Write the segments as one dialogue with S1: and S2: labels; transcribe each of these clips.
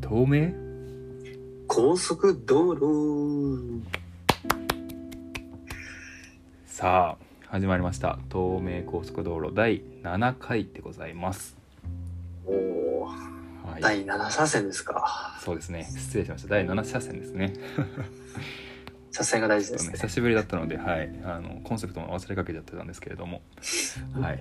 S1: 透明
S2: 高速道路
S1: さあ始まりました東名高速道路第7回でございます、
S2: おー
S1: はい、
S2: 第7車線ですか
S1: そうですね失礼しました第7車線ですね
S2: 車線が大事
S1: ちょ
S2: で
S1: っと
S2: す
S1: ね久
S2: ね
S1: しぶりだったので、はい、あのコンセプトも忘れかけちゃってたんですけれども、 はい、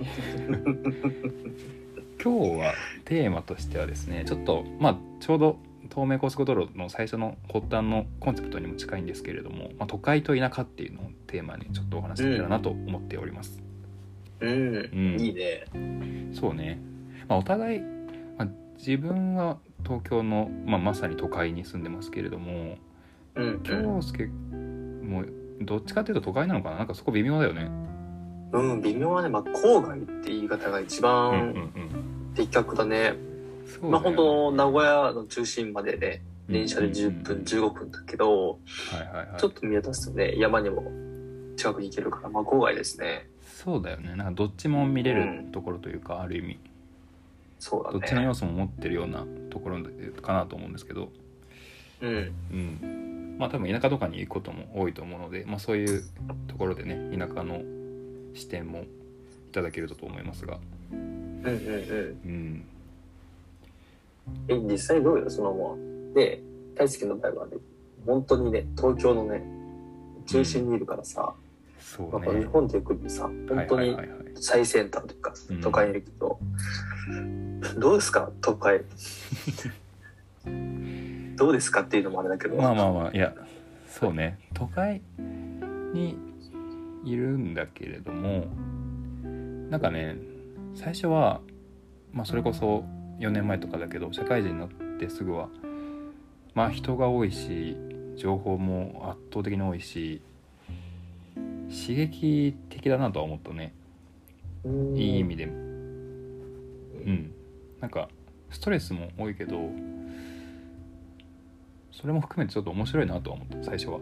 S1: 今日はテーマとしてはですねちょっと、まあ、ちょうど東名高速道路の最初の発端のコンセプトにも近いんですけれども、まあ、都会と田舎っていうのをテーマにちょっとお話しできたらなと思っております。
S2: うん、
S1: うん
S2: いいね
S1: そうね、まあ、お互い、まあ、自分は東京の、まあ、まさに都会に住んでますけれども
S2: うんうん
S1: 京介もどっちかっていうと都会なのかななんかそこ微妙だよね。
S2: うん微妙はね、まあ、郊外って言い方が一
S1: うんう
S2: 番
S1: ん
S2: 的確だね、
S1: うん、そうだよね
S2: まあ本当名古屋の中心までね電車で10分
S1: 分、
S2: 15分だけど
S1: はいはいはい、
S2: ちょっと見渡すとね山にも近くに行けるからまあ郊外ですね
S1: そうだよねなんかどっちも見れ
S2: う
S1: るところというか、ある意味
S2: そうだ
S1: ど
S2: ね
S1: っちの要素も持ってるようなところかなと思うんですけど、
S2: うん
S1: うん、まあ多分田舎とかに行くことも多いと思うので、まあ、そういうところでね田舎の視点もいただけるとと思いますが、
S2: うんうんうん
S1: うん、
S2: え実際どうよそのままで大輔の場合はね本当にね東京のね中心にいるからさ、
S1: そう
S2: やっぱ
S1: ね
S2: 日本で来るとさ本当に
S1: はいはいはいはい、
S2: 最先端というか
S1: うん
S2: 都会にいるけど、どうですか都会 どうですかっていうのもあれだけど、
S1: まあまあまあいやそうね都会にいるんだけれどもなんかね最初は、まあ、それこそ4年前とかだけど社会人になってすぐはまあ人が多いし情報も圧倒的に多いし刺激的だなとは思ったね
S2: うん
S1: いい意味でうんなんかストレスも多いけどそれも含めてちょっと面白いなとは思った最初は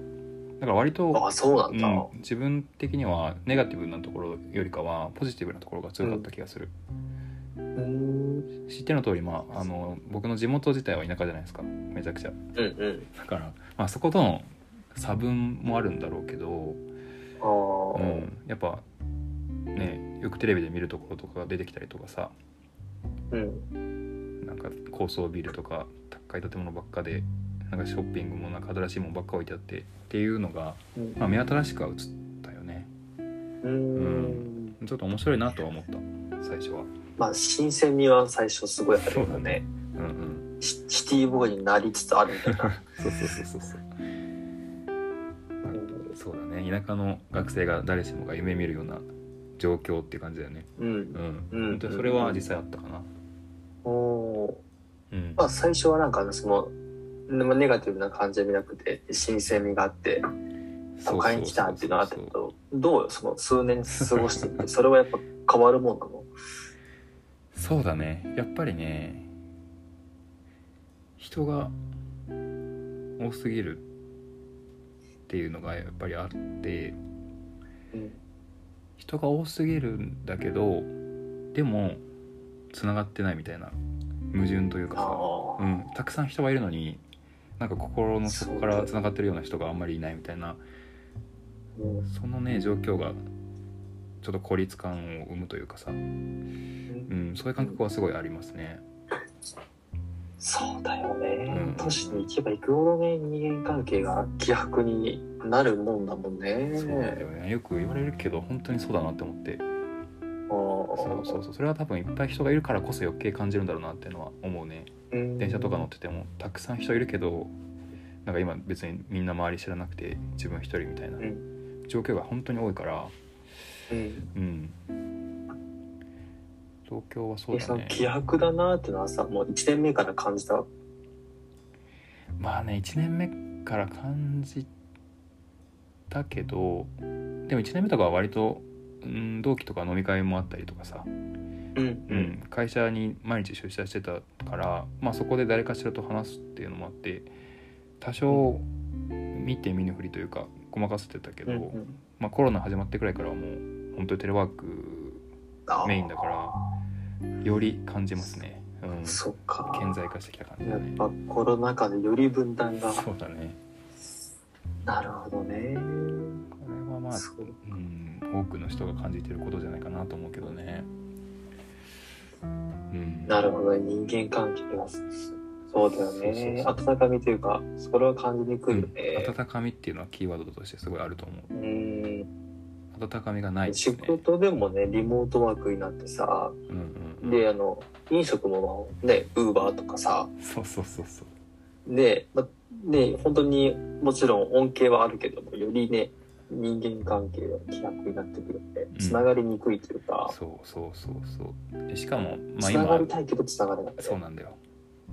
S1: だから割と、
S2: あそうな
S1: うん
S2: だ、
S1: ん、自分的にはネガティブなところよりかはポジティブなところが強かった気がする、
S2: うん、
S1: 知っての通りまああの僕の地元自体は田舎じゃないですかめちゃくちゃ
S2: うんうん
S1: だから、まあ、そことの差分もあるんだろうけど、
S2: ああ、
S1: うん、やっぱねよくテレビで見るところとかが出てきたりとかさ
S2: うん
S1: なんか高層ビルとか高い建物ばっかでなんかショッピングもなんか新しいものばっか置いてあってっていうのが、
S2: うん
S1: まあ、目新しくは映ったよね
S2: うん
S1: ちょっと面白いなとは思った最初は
S2: まあ新鮮味は最初すごいある
S1: そ
S2: よ
S1: うだ
S2: ね
S1: ねうんうん
S2: シシティボーイになりつつあるみたいな
S1: そうそうそうそうそうそうだね田舎の学生が誰しもが夢見るような状況っていう感じだよね
S2: うん
S1: うん、
S2: うん
S1: 本当にそれは実際あったかな
S2: おー
S1: うん
S2: まあ最初はなんかそのまあネガティブな感じじゃなくて新鮮味があって都会に来たっていうのがあったけどどうよその数年過ごして みてそれはやっぱ変わるもんなの
S1: そうだねやっぱりね人が多すぎるっていうのがやっぱりあって
S2: うん
S1: 人が多すぎるんだけどでもつながってないみたいな矛盾というかさ、う
S2: あ
S1: ん、たくさん人がいるのになんか心の底か
S2: そう
S1: ら
S2: ね
S1: つながってるような人があんまりいないみたいな
S2: ーうん
S1: そのね状況がちょっと孤立感を生むというかさ、うん、そういう感覚はすごいありますね。
S2: そうだよね
S1: ん
S2: 都市に行けば行くほどね人間関係が希薄になるもんだもんね
S1: そうなんだよねよく言われるけど本当にそうだなって思ってそうそうそうそれは多分いっぱい人がいるからこそ余計感じるんだろうなっていうのは思うね電車とか乗っててもたくさん人いるけどなんか今別にみんな周り知らなくて自分一人みたいな状況が本当に多いから
S2: うん
S1: うん東京はそう
S2: で
S1: だ
S2: その
S1: ね
S2: 気迫だなっていうのはさもう1年目から感じた
S1: まあね1年目から感じたけどでも1年目とかは割と、うん、同期とか飲み会もあったりとかさ
S2: うん
S1: うん、会社に毎日出社してたから、まあ、そこで誰かしらと話すっていうのもあって多少見て見ぬふりというかごまかせてたけど、
S2: うんうん
S1: まあ、コロナ始まってくらいからはもう本当にテレワーク
S2: あー
S1: メインだからより感じますね。うん、
S2: そっか。
S1: 顕在化してきた感じ
S2: や
S1: だ
S2: っ
S1: ね
S2: ぱコロナ禍でより分断が。
S1: そうだね
S2: なるほど
S1: こ
S2: ね。
S1: れはまあ、
S2: そう
S1: うん、多くの人が感じてることじゃないかなと思うけどねうん
S2: なるほど、人間関係が。そうだよね。
S1: そう
S2: 温かみというか、それは感じにくいよね。
S1: 温かみっていうのはキーワードとしてすごいあると思う
S2: うん。
S1: 温かみがないです
S2: 仕
S1: ね
S2: 事でもね、リモートワークになってさ、
S1: うんうんうん
S2: で、あの、飲食もね、ウーバーとかさ、
S1: そうそうそうそう
S2: で、ま、で、本当にもちろん恩恵はあるけども、よりね、人間関係が希薄になってくるんで
S1: ん、
S2: つながりにくいというか、
S1: そうそうそうそうでしかもまあ
S2: つなが
S1: 今
S2: りたいけどつながれない。
S1: そうなんだよ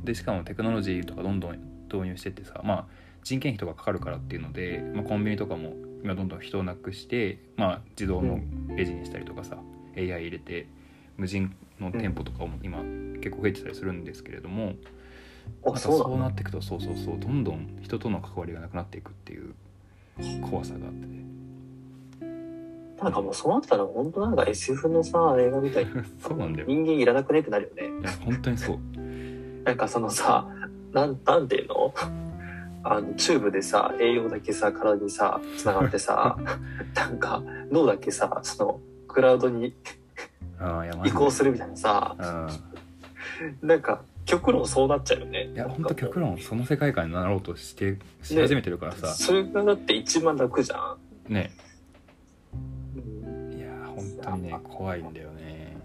S1: でしかもテクノロジーとかどんどん導入してってさまあ人件費とかかかるからっていうので、まあ、コンビニとかも今どんどん人をなくして、まあ、自動のレジにしたりとかさ、AI 入れて無人の店舗とかも今結構増えてたりするんですけれども、なん
S2: あ、
S1: か
S2: そう
S1: そう
S2: な
S1: ん
S2: だ。
S1: なっていくとそうそうそうどんどん人との関わりがなくなっていくっていう怖さがあってね
S2: なんかもうそうなったら本当なんか SF のさ、映画みたいに
S1: そうなんだよい
S2: 人間いらなくねってなるよね。
S1: や本当にそう
S2: なんかそのさ、なん、なんていうの あの、チューブでさ、栄養だけさ、体にさ、つながっ てさ、なんか脳だけさ、その、クラウドに
S1: ああいやマ
S2: 移
S1: ジで
S2: 行するみたいなさ、
S1: うん
S2: なんか、極論そうなっちゃうよね。
S1: いや
S2: なん
S1: 本
S2: か
S1: 当極論その世界観になろうとしてし
S2: ね
S1: 始めてるからさ
S2: それがだって一番楽じゃん。
S1: ね
S2: うん
S1: いや本当にね怖いんだよね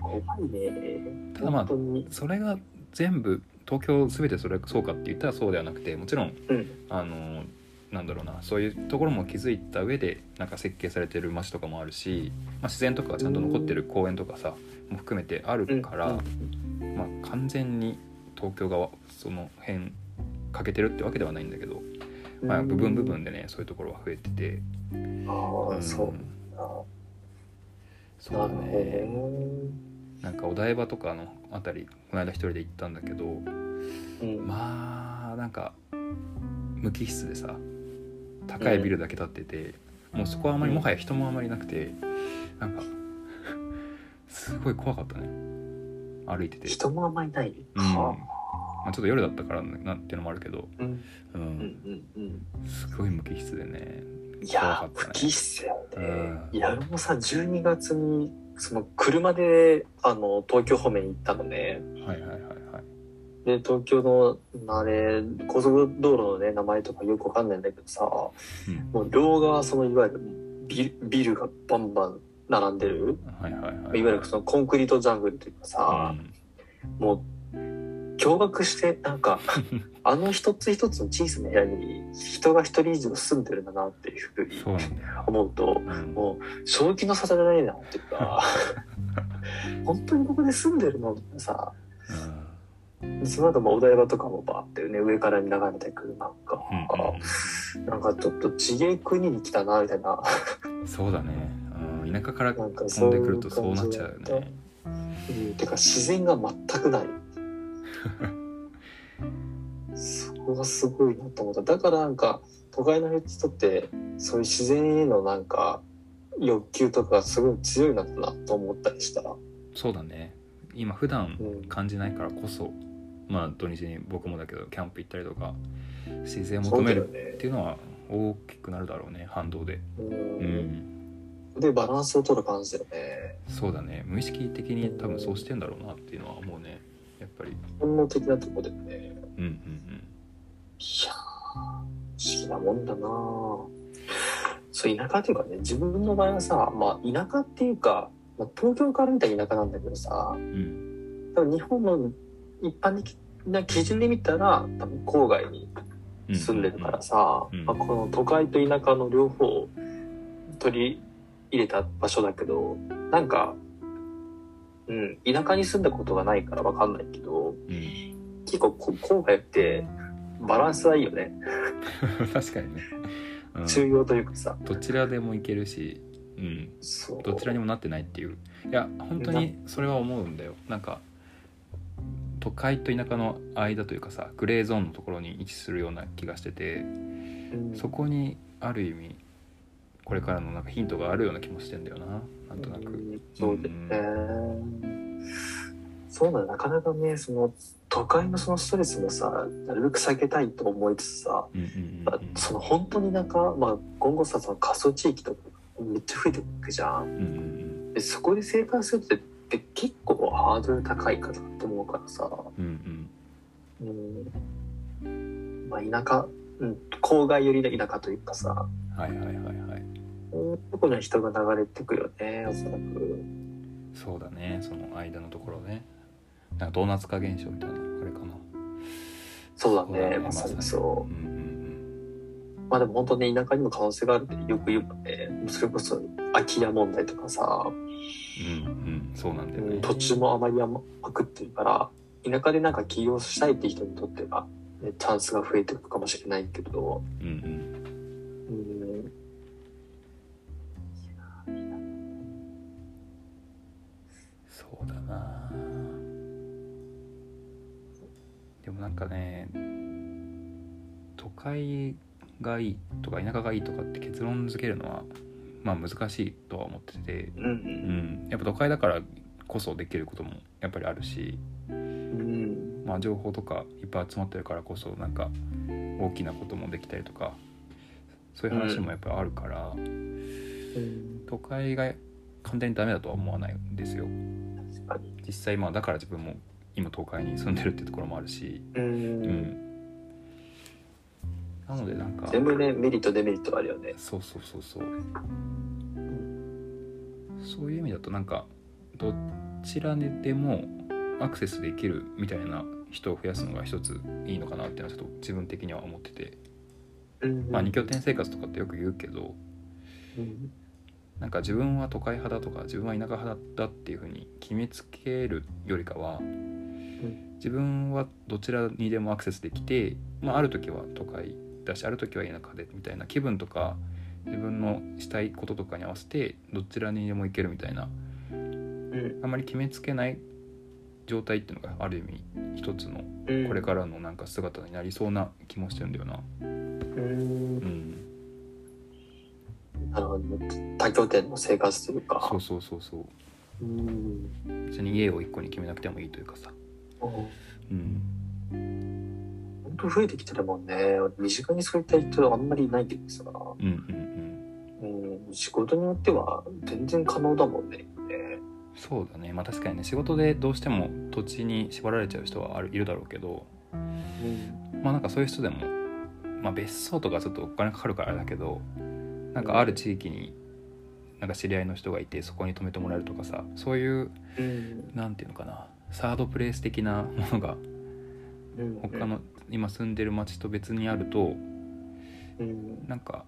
S2: 怖いね。
S1: ただまあ
S2: 本当に。
S1: それが全部東京全てそれそうかって言ったらそうではなくてもちろん
S2: うん。
S1: あのなんだろうなそういうところも気づいた上でなんか設計されてる街とかもあるし、まあ、自然とかがちゃんと残ってる公園とかさも含めてあるから、まあ、完全に東京側その辺欠けてるってわけではないんだけど、まあ、部分部分
S2: で。
S1: でねそういうところは増えてて、
S2: あ
S1: う
S2: あ、
S1: ん
S2: そう
S1: そう
S2: な
S1: だ
S2: るほど
S1: ね
S2: ね。
S1: なんかお台場とかのあたりこの間一人で行ったんだけど
S2: うん
S1: まあなんか無機質でさ高いビルだけ建ってて、もうそこはあまり
S2: うん
S1: もはや人もあまりなくてなんかすごい怖かったね歩いてて、
S2: 人もあんまりない。
S1: うん
S2: は
S1: まあ、ちょっと夜だったからなってのもあるけど、
S2: あうん
S1: う、
S2: うんんうん
S1: すごい無機質でね
S2: うん。い
S1: 怖か
S2: や
S1: っ
S2: ー、
S1: た
S2: 不吉
S1: ね
S2: っすよ
S1: うん
S2: ね。いや、俺もさ、12月に、その、車で、あの、東京方面に行ったのね。
S1: はいはいはいはい
S2: で、東京の、あれ、高速道路のね、名前とかよくわかんないんだけどさ、
S1: うん
S2: もう両側、その、いわゆるビ、ビルがバンバン並んでる。
S1: はいはいはい
S2: いわゆるその、コンクリートジャングルというかさ、もう、驚愕して、な んか、あの一つ一つの小さな部屋に、人が一人以上住んでるんだなっていうふう
S1: う
S2: に
S1: ん、そうなんだよ、
S2: 思う
S1: う
S2: と、
S1: ん
S2: もう正気の沙汰じゃないなっていう か 本当にここで住んでるのってさ
S1: うん
S2: その後もお台場とかもバーってね上から眺めてくるなんか、
S1: う
S2: なんかちょっと地芸国に来たなみたいな
S1: んそうだね、うん、田舎から
S2: なんか
S1: 飛
S2: そ
S1: ん
S2: う
S1: で
S2: い
S1: くる
S2: う
S1: とそう
S2: 感
S1: なっ
S2: じ
S1: ちゃ
S2: だ
S1: う
S2: っ
S1: よ
S2: た
S1: ね
S2: うん、てか自然が 全くないそこがすごいなと思っただからなんか都会の人ってそういう自然へのなんか欲求とかがすごい強いなだなと思ったりした、う
S1: そうだね今普段
S2: ん、
S1: 感じないからこそまあ土日に僕もだけどキャンプ行ったりとか自然を求める
S2: そうだよね
S1: っていうのは大きくなるだろうね反動で
S2: う、
S1: うんん
S2: でバランスを取る感じだよね
S1: そうだね無意識的に多分そうしてんだろうなっていうのは思うねやっぱり
S2: 本能的なとこだよねいや
S1: うんうん
S2: ー不思議なもんだなあそう田舎というかね自分の場合はさまあ田舎っていうか、まあ、東京から見たら田舎なんだけどさ
S1: うんうん
S2: 多分日本の一般的な基準で見たら多分郊外に
S1: う
S2: 住んでるからさ、
S1: うんうん
S2: まあ、この都会と田舎の両方を取り入れた場所だけどなんか、うん、田舎に住んだことがないからわかんないけど
S1: うん、
S2: 結構こ郊外ってバランスはいいよね、
S1: 確かにね、うん、
S2: 中庸というかさ
S1: どちらでも行けるし、うん、
S2: そう
S1: どちらにもなってないっていういや本当にそれは思うんだよなんか都会と田舎の間というかさグレーゾーンのところに位置するような気がしてて
S2: うん
S1: そこにある意味これからのなんかヒントがあるような気もしてんだよななんとな
S2: う
S1: く
S2: んそうだよね、そうなのなかなかねその都会のそのストレスもさなるべく避けたいと思いつつさ、
S1: うんうんうん
S2: まあその本当に田舎、まあ、今後さその過疎地域とかめっちゃ増えていくじゃん
S1: うんうん
S2: でそこで生活するってって結構ハードル高いかなと思うからさ、
S1: うんうん
S2: うん、まあ田舎、うん、郊外寄りの田舎というかさ
S1: うんはいはいはいはい
S2: そういうとこには人が流れてくよねおそらく
S1: そうだねその間のところねなんかドーナツ化現象みたいなあれかな
S2: そうだ
S1: そうだ
S2: ね
S1: ね
S2: ま
S1: まさ
S2: さに
S1: に
S2: そう
S1: うんうん
S2: まあでも本当ね田舎にも可能性があるってよく言うもんねそれこそ空き家問題とかさ、
S1: うんうんうんそうなんだよ
S2: うん
S1: ね
S2: 土地も余りまくってるから田舎でなんか起業したいって人にとっては、ね、チャンスが増えていくかもしれないけど
S1: うんうん
S2: うん
S1: そうだなでもなんかね都会がいいとか田舎がいいとかって結論付けるのはまあ難しいとは思ってて、
S2: う
S1: うんん、やっぱ都会だからこそできることもやっぱりあるし、
S2: うん
S1: まあ、情報とかいっぱい集まってるからこそなんか大きなこともできたりとかそういう話もやっぱりあるから、
S2: うん
S1: 都会が完全にダメだとは思わないんですよ
S2: 確かに
S1: 実際まあだから自分も今都会に住んでるってところもあるし、
S2: う
S1: うんん、なのでなんか
S2: 全部ねメリットデメリットあるよね
S1: そうそうそうそうそういう意味だとなんかどちらにでもアクセスできるみたいな人を増やすのが一ついいのかなっていうのはちょっと自分的には思ってて、
S2: うん
S1: まあ、二拠点生活とかってよく言うけど
S2: うん
S1: なんか自分は都会派だとか自分は田舎派だっていうふうに決めつけるよりかは自分はどちらにでもアクセスできて、まあ、ある時は都会だしある時は田舎でみたいな気分とか自分のしたいこととかに合わせてどちらにでも行けるみたいな
S2: うん
S1: あまり決めつけない状態っていうのがある意味一つの
S2: うん
S1: これからのなんか姿になりそうな気もしてるんだよな。
S2: うん
S1: うん、
S2: なるほどね多拠点の生活というか
S1: そうそうそうそう
S2: うん
S1: 別に家を一個に決めなくてもいいというかさ。うん、
S2: 本当増えてきてるもんね身近にそういった人あんまりいないけどさ、
S1: うん、うんうん
S2: うん、仕事によっては全然可能だもんねね
S1: そうだねまあ確かにね仕事でどうしても土地に縛られちゃう人はあるいるだろうけどまあなんかそういう人でも、まあ、別荘とかちょっとお金かかるからだけどなんかある地域になんか知り合いの人がいてそこに泊めてもらえるとかさそういう
S2: うん
S1: なんていうのかなサードプレイス的なものが
S2: うん
S1: 他の今住んでる町と別にあると
S2: うん
S1: なんか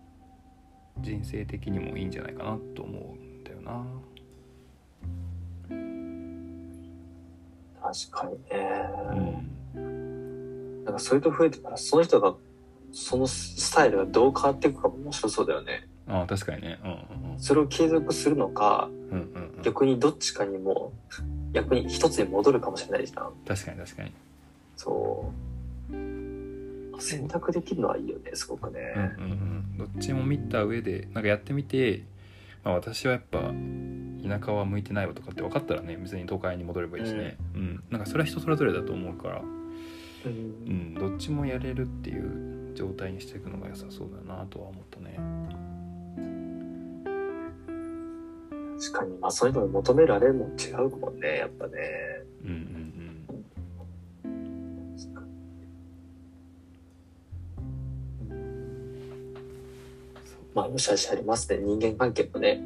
S1: 人生的にもいいんじゃないかなと思うんだよな。
S2: 確かに
S1: う
S2: ね、
S1: ん
S2: なんかそういう人増えてからその人がそのスタイルがどう変わっていくかも面白そうだよね
S1: ああ確かにね。うんうん
S2: それを継続するのか
S1: うんうんうんうん、
S2: 逆にどっちかにも逆に一つに戻るかもしれないじゃん
S1: 確かに確かに。
S2: そう選択できるのはいいよねすごくね、
S1: うんうんうん、どっちも見た上でなんかやってみて、まあ、私はやっぱ田舎は向いてないわとかって分かったらね別に都会に戻ればいいしね、うんなんかそれは人それぞれだと思うから、
S2: うん
S1: うん、どっちもやれるっていう状態にしていくのが良さそうだなとは思ったね。
S2: 確かにまあそういうのに求められるのも違うもんねやっぱね
S1: うんうんうん、そう
S2: まあよしあしありますね人間関係もね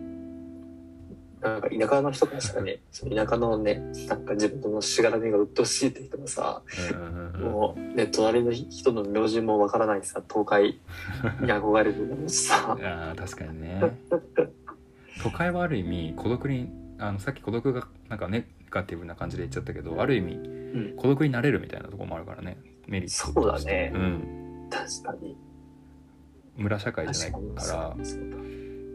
S2: なんか田舎の人からしたらねその田舎のねなんか自分のしがらみが鬱陶しいって人もさ、
S1: うんうんうんうん
S2: もうね隣の人の名字もわからないさ東海に憧れるのし さ
S1: あー確かにね都会はある意味孤独にあのさっき孤独がなんかネガティブな感じで言っちゃったけどある意味
S2: うん
S1: 孤独になれるみたいなところもあるからねメリット
S2: そうだね
S1: うん、
S2: 確かに
S1: 村社会じゃ
S2: 確
S1: ないか
S2: かに
S1: ら
S2: そうだ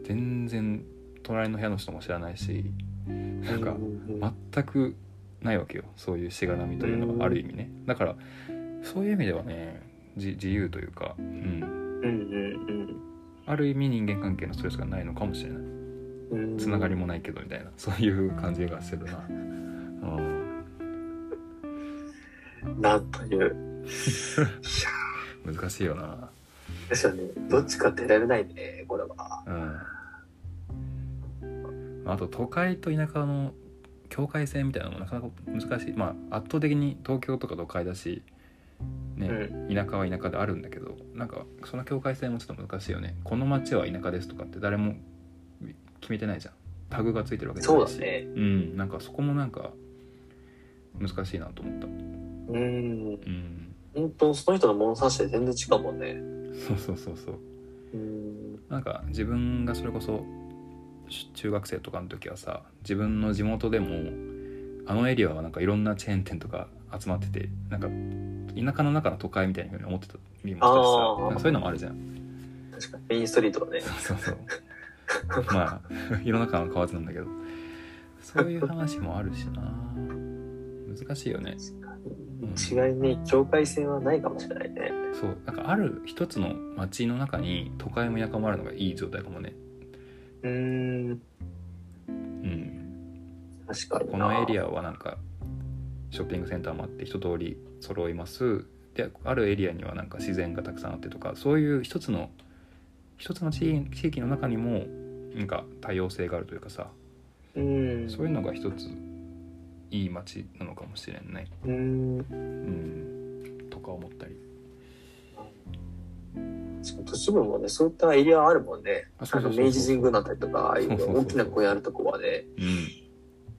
S1: 全然隣の部屋の人も知らないしなんか
S2: うううん
S1: 全くないわけよそういうしがらみというの
S2: うん
S1: はある意味ねだからそういう意味ではねじ自由というか、うん、
S2: うん
S1: ある意味人間関係のストレスがないのかもしれない
S2: うんうん
S1: つながりもないけどみたいなそういう感じがするな、うん、
S2: なんという。
S1: 難しいよな
S2: ですよね。どっちかって選べないね、これは。
S1: うんあと都会と田舎の境界線みたいなのもなかなか難しいまあ圧倒的に東京とか都会だしね、
S2: う
S1: 田舎は田舎であるんだけどなんかその境界線もちょっと難しいよねこの町は田舎ですとかって誰も決めてないじゃんタグがついてるわけじゃ
S2: そ
S1: な
S2: う
S1: い
S2: だ
S1: し
S2: ね。
S1: うんなんかそこもなんか難しいなと思った
S2: うん。
S1: うん
S2: 本当その人の物差しで全然違うもんね。
S1: そうそうそうそう
S2: うん。
S1: なんか自分がそれこそし中学生とかの時はさ自分の地元でもあのエリアはなんかいろんなチェーン店とか集まっててなんか田舎の中の都会みたいなふうに思ってたりもしたし
S2: あ
S1: さ
S2: ー
S1: なんかそういうのもあるじゃん
S2: 確かに。メインストリートはね。
S1: そう そうまあ世の中は変わらずなんだけどそういう話もあるしな難しいよね
S2: 確かに。違いに境界線はないかもしれないね。
S1: そうなんかある一つの街の中に都会も田舎もあるのがいい状態かもね
S2: うん。
S1: うん
S2: 確かに
S1: こ
S2: な。
S1: のエリアはなんかショッピングセンターもあって一通り揃いますであるエリアにはなんか自然がたくさんあってとかそういう一つの一つの地地域の中にもなんか多様性があるというかさ
S2: うん。
S1: そういうのが一ついい街なのかもしれんね、
S2: うん。
S1: うん、とか思ったり
S2: しかも都市部もね、そういったエリアあるもんね。
S1: あ
S2: あ
S1: そうそうそうそう
S2: の明治神宮だったりとか、ああい
S1: そうそうそう
S2: う
S1: そう
S2: 大きな公園あるとこはね、
S1: うん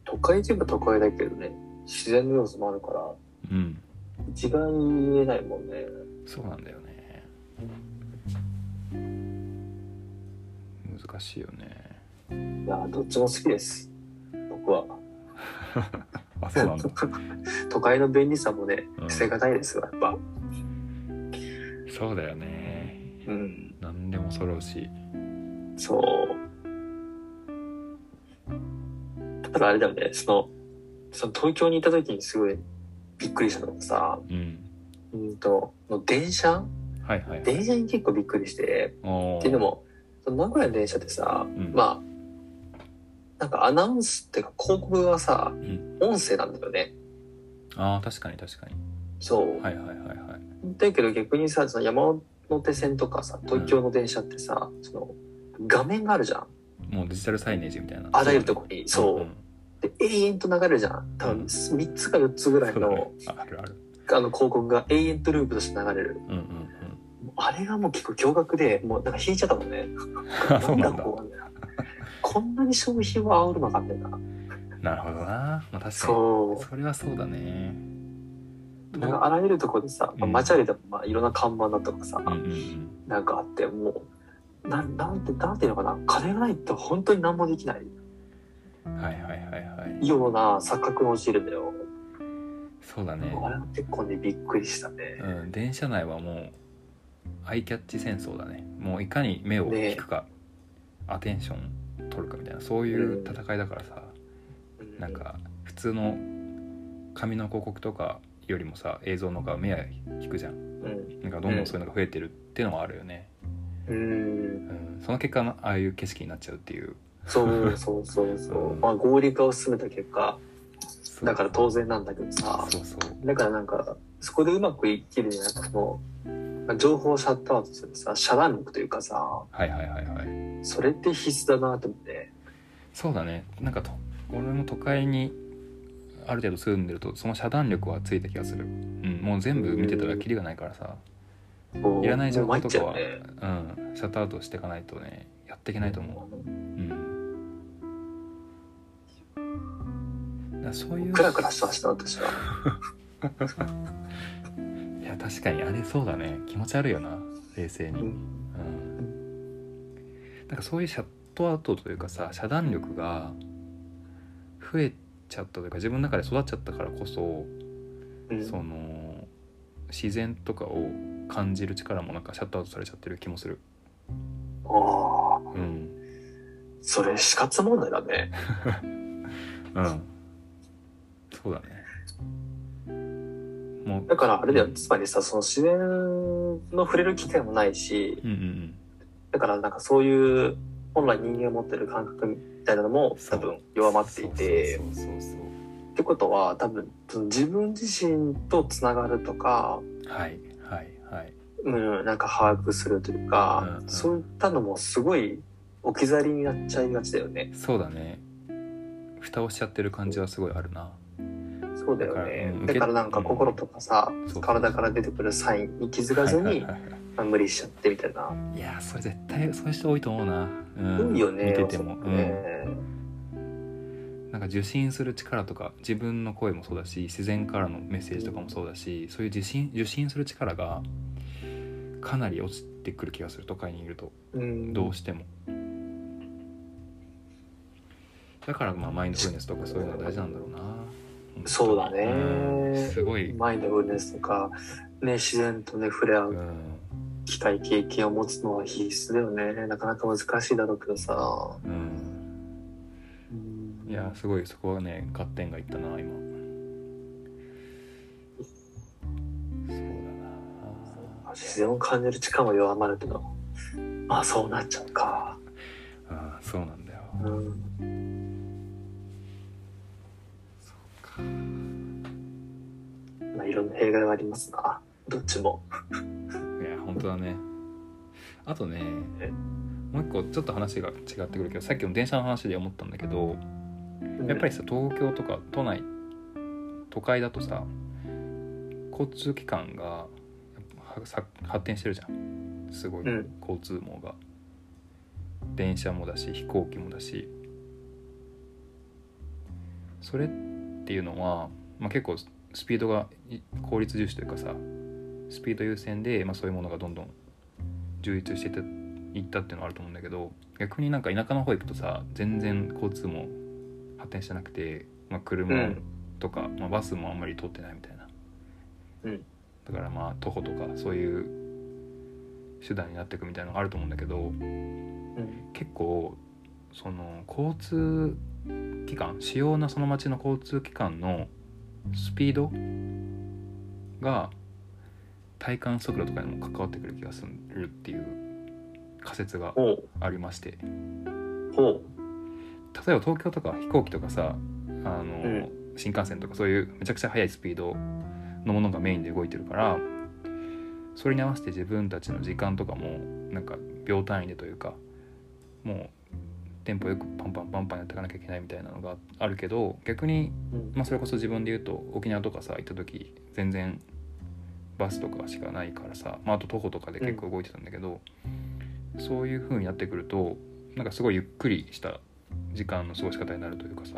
S2: 都会全部都会だけどね、自然の要素もあるから、
S1: うん
S2: 一概に言えないもんね。
S1: そうなんだよね難しいよね
S2: いや、どっちも好きです。僕は。
S1: あそうなんだ
S2: 都会の便利さもね
S1: う、ん
S2: 捨てがたいですよ、やっぱ。
S1: そうだよね
S2: うん。
S1: 何でも揃うし
S2: そう。ただあれだよね、その、その東京にいた時にすごいびっくりしたのがさ、
S1: うん
S2: うんと、の電車
S1: はいはい
S2: 電車に結構びっくりして、
S1: お
S2: っていうの
S1: ー
S2: もその名古屋の電車ってさ、
S1: ん
S2: まあなんかアナウンスっていうか広告はさ、
S1: ん
S2: 音声なんだよね
S1: あー確かに確かに
S2: そう、
S1: はいはいはいはい
S2: だけど逆にさその山手線とかさ東京の電車ってさ、その画面があるじゃん
S1: もうデジタルサイネージみたいな
S2: あらゆるとこにそう、
S1: ん
S2: で永遠と流れるじゃん多
S1: うん
S2: 分3つか4つぐらい
S1: そうだね
S2: の,、
S1: ああるある
S2: あの広告が永遠とループとして流れる
S1: うんうん
S2: もうあれがもう結構驚愕でもうなんか引いちゃったもんね
S1: うん そうなんだ
S2: こうこんなに消費は煽るのかってな
S1: なるほどな、まあ、確かにそ
S2: そう
S1: れはそうだね
S2: なんかあらゆるところでさ、まあ
S1: うん
S2: 街歩いてもまあいろんな看板だとかさ、
S1: うんうんうん
S2: なんかあってもうなんなんてなんていうのかな金がないと本当に何もできない
S1: はいはいはいはい
S2: ような錯覚の陥るんだよ、
S1: そうだね
S2: あれは結構ねびっくりしたね
S1: うん電車内はもうアイキャッチ戦争だねもういかに目を引くか、アテンション取るかみたいなそういう戦いだからさ、なんか普通の紙の広告とかよりもさ映像の方が目は引くじゃん
S2: うん
S1: なんかどんどんそういうのが増えてるってのはあるよね、
S2: うん
S1: うん、その結果ああいう景色になっちゃうっていう
S2: そうそうそうそう
S1: うん
S2: まあ合理化を進めた結果
S1: そう
S2: だから当然なんだけどさ
S1: そうそう
S2: だからなんかそこでうまく生きるにはなんかそのまあ情報をシャットアウトするさ遮断力というかさ
S1: はいはいはいはい
S2: それって必須だなと思って
S1: そうだねなんかと俺も都会にある程度住んでるとその遮断力はついた気がする、うん、もう全部見てたらキリがないからさいらない情報とかは、
S2: もう参っちゃうね
S1: うん、シャットアウトしていかないとねやっていけないと思う、うん、だからそういう
S2: クラクラしてました私はい
S1: や確かにあれそうだね気持ち悪いよな冷静に、
S2: う
S1: うん
S2: ん
S1: なんかそういうシャットアウトというかさ遮断力が増えちゃったというか自分の中で育っちゃったからこそ、
S2: うん
S1: その自然とかを感じる力もなんかシャットアウトされちゃってる気もする、
S2: ああ
S1: うん
S2: それ死活問題だね
S1: うん、そうだねもう
S2: だからあれだよつまりさその自然の触れる機会もないし
S1: うんうんうん
S2: だからなんかそういう本来人間が持ってる感覚みたいなのも
S1: そ
S2: 多
S1: う
S2: 分弱まっていて
S1: そうそうそうそう
S2: っってことは多分その自分自身とつながるとか、
S1: はいはいはい
S2: うん、なんか把握するというか、
S1: うんうん
S2: そういったのもすごい置き去りになっちゃいがちだよね。
S1: そうだね蓋をしちゃってる感じはすごいあるな
S2: そうだよ
S1: だ
S2: ね
S1: からうん。
S2: だからなんか心とかさ
S1: そうそうそ、う
S2: 体から出てくるサインに気づかずに、
S1: はいはいはいは
S2: まあ無理しちゃってみたいな。
S1: いいやーそれ絶対そういう人多いと思うな、うん、
S2: 多いよね。
S1: 見てても、
S2: そうね
S1: うん、なんか受信する力とか自分の声もそうだし自然からのメッセージとかもそうだしそういう受信受信する力がかなり落ちてくる気がする都会にいると
S2: うん
S1: どうしてもだからまあマインドフルネスとかそういうのは大事なんだろうな
S2: そうだね
S1: うんすごい、
S2: マインドフルネスとか、ね、自然とね、触れ合
S1: う
S2: うん機会、経験を持つのは必須だよね。なかなか難しいだろうけどさ。
S1: うん、
S2: うん
S1: いやすごいそこはね合点がいったな今そうだな
S2: 自然を感じる力も弱まるけど、まあそうなっちゃうか。
S1: ああそうなんだよ
S2: うん。まあいろんな弊害はありますな。どっちも。
S1: いや本当だねあとね
S2: え
S1: もう一個ちょっと話が違ってくるけどさっきの電車の話で思ったんだけどやっぱりさ東京とか都内都会だとさ交通機関がやっぱはさ発展してるじゃんすごい
S2: うん
S1: 交通網が、電車もだし飛行機もだしそれっていうのは、まあ、結構スピードがい効率重視というかさスピード優先で、まあ、そういうものがどんどん充実していった行ったっていうのはあると思うんだけど逆になんか田舎の方行くとさ全然交通も発展してなくて、まあ、
S2: う
S1: 車
S2: ん。
S1: とか、まあ、バスもあんまり通ってないみたいな、
S2: うん
S1: だからまあ徒歩とかそういう手段になっていくみたいなのがあると思うんだけど
S2: うん。
S1: 結構その交通機関主要なその町の交通機関のスピードが体感速度とかにも関わってくる気がするっていう仮説が
S2: ほう。
S1: ありまして
S2: ほ
S1: 例えば東京とか飛行機とかさあの、
S2: ん
S1: 新幹線とかそういうめちゃくちゃ速いスピードのものがメインで動いてるからそれに合わせて自分たちの時間とかもなんか秒単位でというかもうテンポよくパンパンパンパンやっていかなきゃいけないみたいなのがあるけど逆に、
S2: う。うん。
S1: まあ、それこそ自分で言うと沖縄とかさ行った時全然バスとかしかないからさ、まあ、あと徒歩とかで結構動いてたんだけど、そういう風になってくるとなんかすごいゆっくりした時間の過ごし方になるというかさ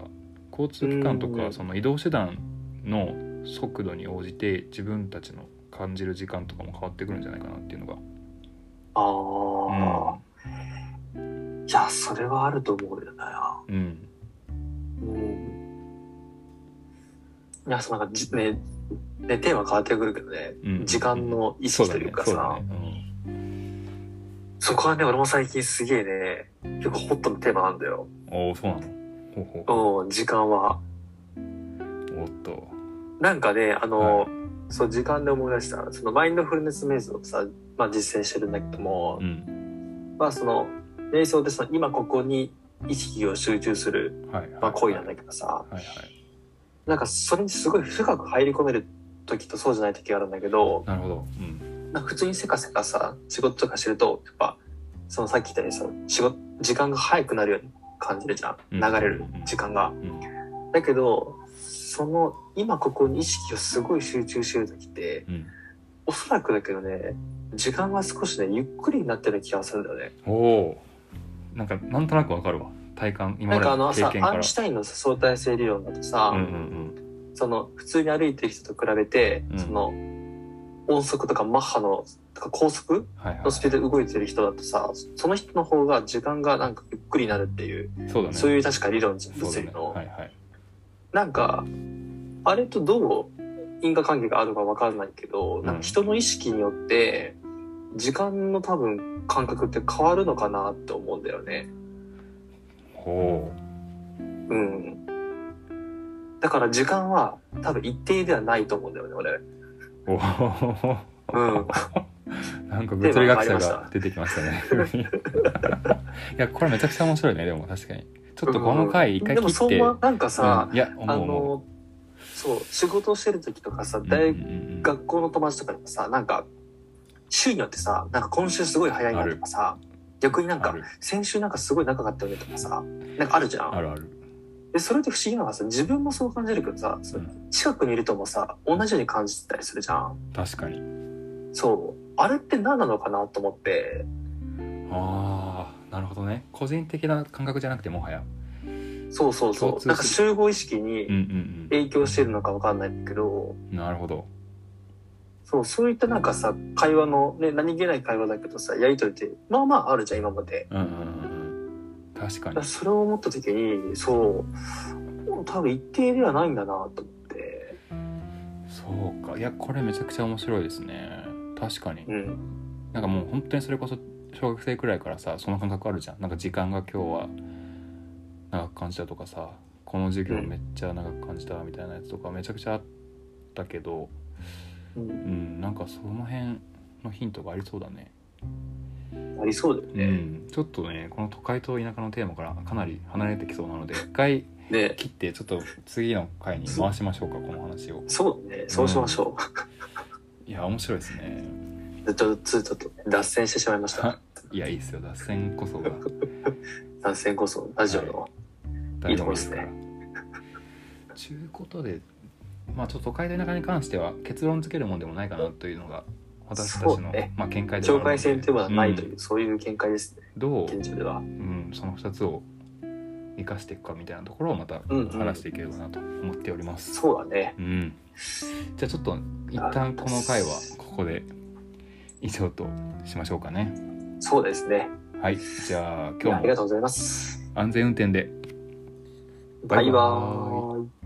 S1: 交通機関と
S2: うんう
S1: か
S2: ん
S1: その移動手段の速度に応じて自分たちの感じる時間とかも変わってくるんじゃないかなっていうのが、
S2: ああ。いや、それはあると思うよな。
S1: うん、
S2: うん。いや、そうなんかじ、ね、ね、テーマ変わってくるけどね、
S1: うん
S2: 時間の意識というかさ、
S1: そ
S2: そ
S1: だねそうだね
S2: こはね、俺も最近すげえね、結構ホットのテーマなんだよ。
S1: うん、おおそうなのほうほ
S2: うん、時間は。
S1: うおっと
S2: なんかね、あの、
S1: は
S2: そう、時間で思い出した、そのマインドフルネス瞑想をさ、まあ実践してるんだけども、
S1: うん
S2: まあその、瞑想でその、今ここに意識を集中する、
S1: はいはい
S2: まあ恋なんだ
S1: け
S2: けどさ、
S1: どはいはい
S2: なんかそれにすごい深く入り込める時とそうじゃない時があるんだけど、
S1: なるほどうん
S2: なんか普通にせかせかさ仕事とかしてるとやっぱそのさっき言ったようにさ仕事時間が早くなるように感じるじゃん
S1: うん
S2: 流れる時間が。
S1: うん
S2: だけどその今ここに意識をすごい集中してる時って
S1: うん
S2: おそらくだけどね時間が少しねゆっくりになってる気がするんだよね。
S1: おおなんかなんとなくわかるわ体感今
S2: なんかあの
S1: までの
S2: 朝
S1: 経験か
S2: ア
S1: ら
S2: インシュタインの相対性理論だとさ、
S1: うんうん
S2: その普通に歩いてる人と比べて、
S1: うん
S2: その音速とかマッハのとか高速、
S1: うんはいは
S2: のスピードで動いてる人だとさその人の方が時間がなんかゆっくりになるっていう、
S1: いそうだね
S2: そういう確か理論じゃん
S1: そう
S2: 物
S1: だ
S2: 理
S1: ね
S2: の、
S1: はいはい
S2: なんかあれとどう因果関係があるか分からないけど、なんか人の意識によって時間の多分感覚って変わるのかなって思うんだよね
S1: ほ
S2: うんだから時間は多分一定ではないと思うんだよね俺
S1: うおお
S2: うん
S1: なんか物理学者が出てきましたね いやこれめちゃくちゃ面白いねでも確かにちょっとこの回一回
S2: で
S1: 切
S2: も
S1: っ
S2: そう
S1: て、
S2: 思わなんかさ、
S1: うんいや思う
S2: あ
S1: 思う
S2: のそう仕事してる時とかさ大学校の友達とかでもさなんか週によってさなんか今週すごい早いなとかさ逆になん
S1: あ
S2: か
S1: る
S2: 先週なんかすごい長かったよねとかさなんかあるじゃ
S1: あ
S2: ん
S1: るある
S2: でそれって不思議なのがさ自分もそう感じるけどさそうの
S1: ん
S2: 近くにいるともさ同じように感じてたりするじゃん
S1: 確かに
S2: そうあれって何なのかなと思って
S1: ああなるほどね個人的な感覚じゃなくてもはや
S2: そうそうそ
S1: 共通する
S2: うなんか集合意識に
S1: うんうん
S2: 影響してるのかわかんないんだけど
S1: うんなるほど
S2: そうそういったなんかさ会話の、ね、何気ない会話だけどさやりとりってまあまああるじゃん今まで
S1: うんうんうんうん確か
S2: だ
S1: に
S2: からそれを思った時にそう多分一定ではないんだなと思って
S1: そうかいやこれめちゃくちゃ面白いですね確かに
S2: うん
S1: なんかもう本当にそれこそ小学生くらいからさその感覚あるじゃんなんか時間が今日は長く感じたとかさこの授業めっちゃ長く感じたみたいなやつとかめちゃくちゃあったけど
S2: うん
S1: うんなんかその辺のヒントがありそうだね、
S2: ありそうだよ
S1: う
S2: ね、
S1: ん、ちょっとねこの都会と田舎のテーマからかなり離れてきそうなので一回
S2: ね
S1: 切ってちょっと次の回に回しましょうかこの話を
S2: そうだねそうしましょ
S1: いや面白いですね
S2: う、ずっとずっとちょっと脱線してしまいました
S1: はいやいいですよ脱線こそ が
S2: 脱線こそラジオの、いいとこですね。
S1: ちゅうことで、まあ、ちょっと都会と田舎に関しては結論付けるもんでもないかなというのが私た
S2: そ
S1: ち
S2: う
S1: の、
S2: ね
S1: まあ、見解で
S2: 境
S1: はあるので
S2: 界線というものはないという、
S1: うん
S2: そういう見解ですね
S1: どう、
S2: 現状では
S1: うん、その2つを生かしていくかみたいなところをまた
S2: うんうん
S1: 話していければなと思っております。
S2: そうだね
S1: うんじゃあちょっと一旦この回はここで以上としましょうかね。
S2: そうですね
S1: はい、じゃあ
S2: い
S1: 今
S2: やあ
S1: 日
S2: りが
S1: も
S2: とうございます
S1: 安全運転で。
S2: バ
S1: バ
S2: イバ
S1: イバ
S2: ーイ